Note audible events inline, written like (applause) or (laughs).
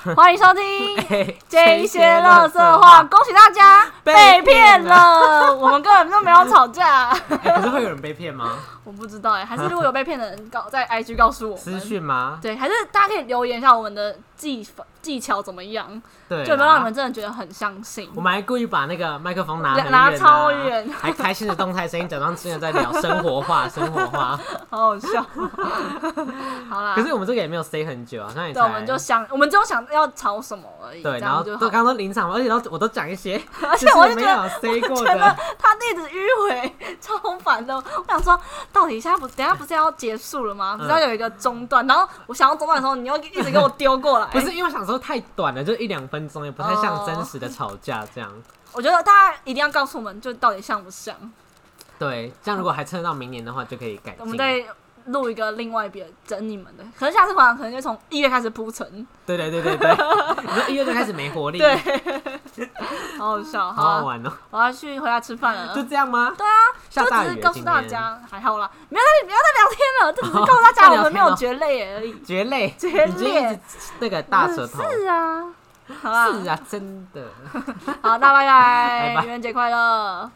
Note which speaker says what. Speaker 1: (laughs) 欢迎收听 (laughs) 这一些垃圾话，
Speaker 2: 话
Speaker 1: 恭喜大家 (laughs) 被
Speaker 2: 被
Speaker 1: 骗 (laughs)
Speaker 2: 骗
Speaker 1: 了，我们根本就没有吵架。
Speaker 2: 哎可是会有人被骗吗？
Speaker 1: (laughs)
Speaker 2: (laughs)
Speaker 1: 我不知道哎、还是如果有被骗的人告 (laughs) 在 IG 告诉我
Speaker 2: 私
Speaker 1: 们，
Speaker 2: 讯吗？
Speaker 1: 对，还是大家可以留言一下我们的技法技巧怎么样，
Speaker 2: 对，
Speaker 1: 就有没有让你们。真的觉得很相信
Speaker 2: 我？们还故意把那个麦克风拿
Speaker 1: 拿 (laughs)
Speaker 2: 很
Speaker 1: 拿
Speaker 2: 远啊
Speaker 1: 超远
Speaker 2: 还开心的动态声音，假装真的在聊生活化，生活化。
Speaker 1: (laughs) 好好笑。好啦
Speaker 2: 可，是我们这个也没有 stay 很久，啊好像也
Speaker 1: 啊对，
Speaker 2: 才
Speaker 1: 我们就想，我们只有想要吵什么而已，
Speaker 2: 对，
Speaker 1: 这
Speaker 2: 然后
Speaker 1: 样就
Speaker 2: 都
Speaker 1: 好
Speaker 2: 刚。刚都临场，而且都我都讲
Speaker 1: (laughs)
Speaker 2: 一些，
Speaker 1: 而且
Speaker 2: 就是
Speaker 1: 我就
Speaker 2: 没
Speaker 1: 觉得
Speaker 2: 有 stay 过
Speaker 1: 觉得哎
Speaker 2: 的，
Speaker 1: 他一直迂回，超烦的。我想说，到底现在不，等一下不是要结束了
Speaker 2: 嗯
Speaker 1: 吗？不是要有一个中断，然后我想要中断的时候，你又一直给我丢过来。
Speaker 2: 不是，因为我想说太短了，就一两分钟，也不太像真实的吵架这样。
Speaker 1: 我觉得大家一定要告诉我们，就到底像不像。
Speaker 2: 对，这样如果还撑得到明年的话，就可以改进。
Speaker 1: 我们再录一个另外一遍整你们的，可是下次可能可能就从一月开始铺
Speaker 2: (laughs)
Speaker 1: 陈，
Speaker 2: 对对对对对， (laughs) 你说一月就开始没活
Speaker 1: (laughs)
Speaker 2: 力，
Speaker 1: 对，好好笑，好
Speaker 2: 好好
Speaker 1: 啊，
Speaker 2: 玩哦。
Speaker 1: 我要去回家吃饭了
Speaker 2: 就。这样吗？
Speaker 1: 对啊，
Speaker 2: 下大
Speaker 1: 就只
Speaker 2: 雨
Speaker 1: 是
Speaker 2: 了
Speaker 1: 告诉
Speaker 2: 今
Speaker 1: 大
Speaker 2: 天
Speaker 1: 家还好啦，不要再不要再聊天
Speaker 2: (laughs)
Speaker 1: 了，这只是告诉大家
Speaker 2: 不
Speaker 1: 我
Speaker 2: 要聊
Speaker 1: 们没
Speaker 2: 天了
Speaker 1: 有觉累而已。
Speaker 2: 绝类，
Speaker 1: 绝类
Speaker 2: 你今天一直那个 (laughs) 大舌头，
Speaker 1: 是啊，好啦，
Speaker 2: 是啊，真的。
Speaker 1: 好，大家拜拜，
Speaker 2: (laughs) 拜拜
Speaker 1: 愚人节快乐！